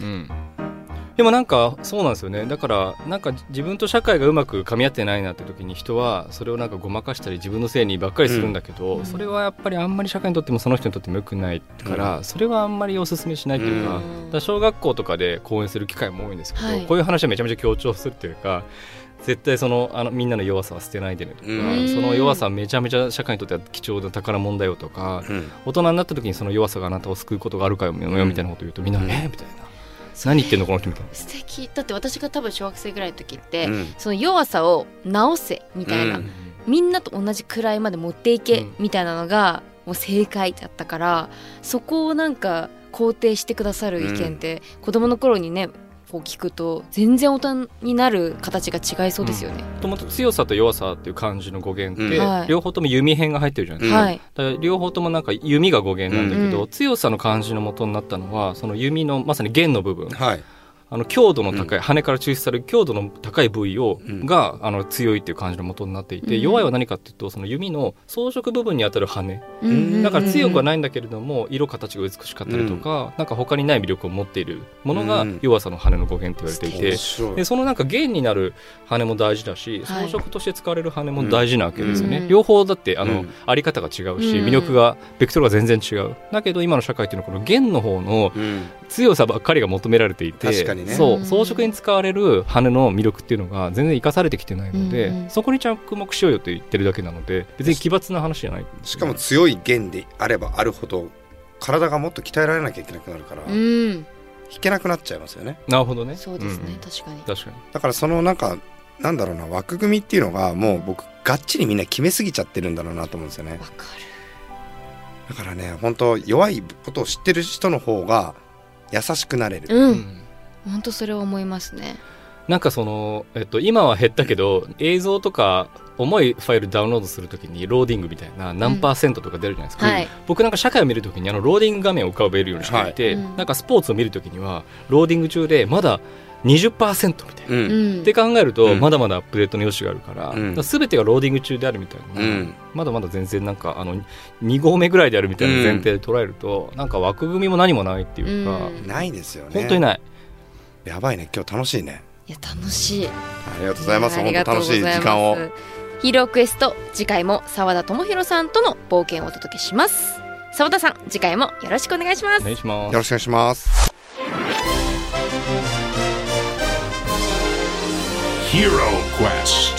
[SPEAKER 2] でもなんかそうなんですよねだからなんか自分と社会がうまく噛み合ってないなって時に人はそれをなんかごまかしたり自分のせいにばっかりするんだけど、それはやっぱりあんまり社会にとってもその人にとっても良くないから、それはあんまりおすすめしないというか,、
[SPEAKER 3] うん
[SPEAKER 2] だから小学校とかで講演する機会も多いんですけど、
[SPEAKER 3] はい
[SPEAKER 2] こういう話はめちゃめちゃ強調するというか絶対そのあのみんなの弱さは捨てないでねとか、
[SPEAKER 4] うん
[SPEAKER 2] その弱さはめちゃめちゃ社会にとっては貴重な宝物だよとか、
[SPEAKER 4] うん
[SPEAKER 2] 大人になった時にその弱さがあなたを救うことがあるかよみたいなこと言うとみんな、
[SPEAKER 4] うん
[SPEAKER 2] えみたいな何言ってんのこの人みたいな
[SPEAKER 3] 素敵だって私が多分小学生ぐらいの時って、
[SPEAKER 4] うん
[SPEAKER 3] その弱さを直せみたいな、
[SPEAKER 4] うん
[SPEAKER 3] みんなと同じくらいまで持っていけ
[SPEAKER 2] うん
[SPEAKER 3] みたいなのがもう正解だったからそこをなんか肯定してくださる意見って子供の頃にねこう聞くと全然大人になる形が違いそうですよね。
[SPEAKER 2] もともと強さと弱さっていう漢字の語源って、
[SPEAKER 4] うん
[SPEAKER 3] はい
[SPEAKER 2] 両方とも弓編が入ってるじゃないですか。
[SPEAKER 3] はい、
[SPEAKER 2] だから両方ともなんか弓が語源なんだけど、
[SPEAKER 3] うん
[SPEAKER 2] 強さの漢字の元になったのはその弓のまさに弦の部分
[SPEAKER 4] はい
[SPEAKER 2] あの強度の高い、羽から抽出される強度の高い部位を、
[SPEAKER 4] うん
[SPEAKER 2] があの強いっていう感じの元になっていて、
[SPEAKER 3] うん
[SPEAKER 2] 弱いは何かっていうとその弓の装飾部分に当たる羽
[SPEAKER 3] うんうんうん
[SPEAKER 2] だから強くはないんだけれども色形が美しかったりとか、なんか他にない魅力を持っているものが
[SPEAKER 4] うん
[SPEAKER 2] 弱さの羽の語源って言われていて。
[SPEAKER 4] 面白
[SPEAKER 2] でそのなんか弦になる羽も大事だし
[SPEAKER 3] はい
[SPEAKER 2] 装飾として使われる羽も大事なわけですよね、
[SPEAKER 3] うん
[SPEAKER 2] 両方だってあの、
[SPEAKER 4] うん
[SPEAKER 2] あり方が違うし
[SPEAKER 3] うん
[SPEAKER 2] 魅力がベクトルが全然違うだけど今の社会っていうのはこの弦の方の
[SPEAKER 4] うん
[SPEAKER 2] 強さばっかりが求められていて
[SPEAKER 4] 確かにね
[SPEAKER 2] そう
[SPEAKER 3] うん
[SPEAKER 2] 装飾に使われる羽の魅力っていうのが全然生かされてきてないので、
[SPEAKER 3] うん
[SPEAKER 2] そこに着目しようよと言ってるだけなので別に奇抜な話じゃない
[SPEAKER 4] しかも強い弦であればあるほど体がもっと鍛えられなきゃいけなくなるから弾
[SPEAKER 3] うん、
[SPEAKER 4] けなくなっちゃいますよね
[SPEAKER 2] なるほどね
[SPEAKER 3] そうですね、
[SPEAKER 2] ん
[SPEAKER 3] 確かに。
[SPEAKER 2] 確かに
[SPEAKER 4] だからそのなんかなんだろうな枠組みっていうのがもう僕がっちりみんな決めすぎちゃってるんだろうなと思うんですよね
[SPEAKER 3] わか
[SPEAKER 4] だからね本当弱いことを知ってる人の方が優しくなれる
[SPEAKER 3] る。う、
[SPEAKER 2] うんん
[SPEAKER 3] 本当それは思いますね。
[SPEAKER 2] なんかその、えっと、今は減ったけど映像とか重いファイルダウンロードするときにローディングみたいな何パーセントとか出るじゃないですか、
[SPEAKER 3] はい、
[SPEAKER 2] 僕なんか社会を見るときにあのローディング画面を浮かべるようにしていて、
[SPEAKER 3] はいうん
[SPEAKER 2] なんかスポーツを見るときにはローディング中でまだ20%みたいな。
[SPEAKER 4] うん
[SPEAKER 3] う
[SPEAKER 4] うん
[SPEAKER 3] ん、
[SPEAKER 2] って考えると、
[SPEAKER 4] うん
[SPEAKER 2] まだまだアップデートの余地があるから,、
[SPEAKER 4] うん
[SPEAKER 2] 全てがローディング中であるみたいな、
[SPEAKER 4] うん
[SPEAKER 2] まだまだ全然なんかあの2合目ぐらいであるみたいな前提で捉えると、なんか枠組みも何もないっていうか、
[SPEAKER 3] うん
[SPEAKER 4] ないですよね
[SPEAKER 2] 本当にない、
[SPEAKER 4] やばいね今日楽しいね
[SPEAKER 3] いや楽しい。
[SPEAKER 4] ありがとうございま
[SPEAKER 3] や
[SPEAKER 4] す
[SPEAKER 3] あ
[SPEAKER 4] 本
[SPEAKER 3] りが
[SPEAKER 4] 当
[SPEAKER 3] とう
[SPEAKER 4] 楽
[SPEAKER 3] ご
[SPEAKER 4] し
[SPEAKER 3] ざ
[SPEAKER 4] い
[SPEAKER 3] ま
[SPEAKER 4] 時
[SPEAKER 3] す
[SPEAKER 4] 間を
[SPEAKER 6] ヒーロークエスト次回も澤田智博さんとの冒険をお届けします澤田さん次回もよろしくお願いします
[SPEAKER 2] お願いしま
[SPEAKER 4] よ
[SPEAKER 2] す
[SPEAKER 4] ろしくお願いします。
[SPEAKER 1] Hero Quest.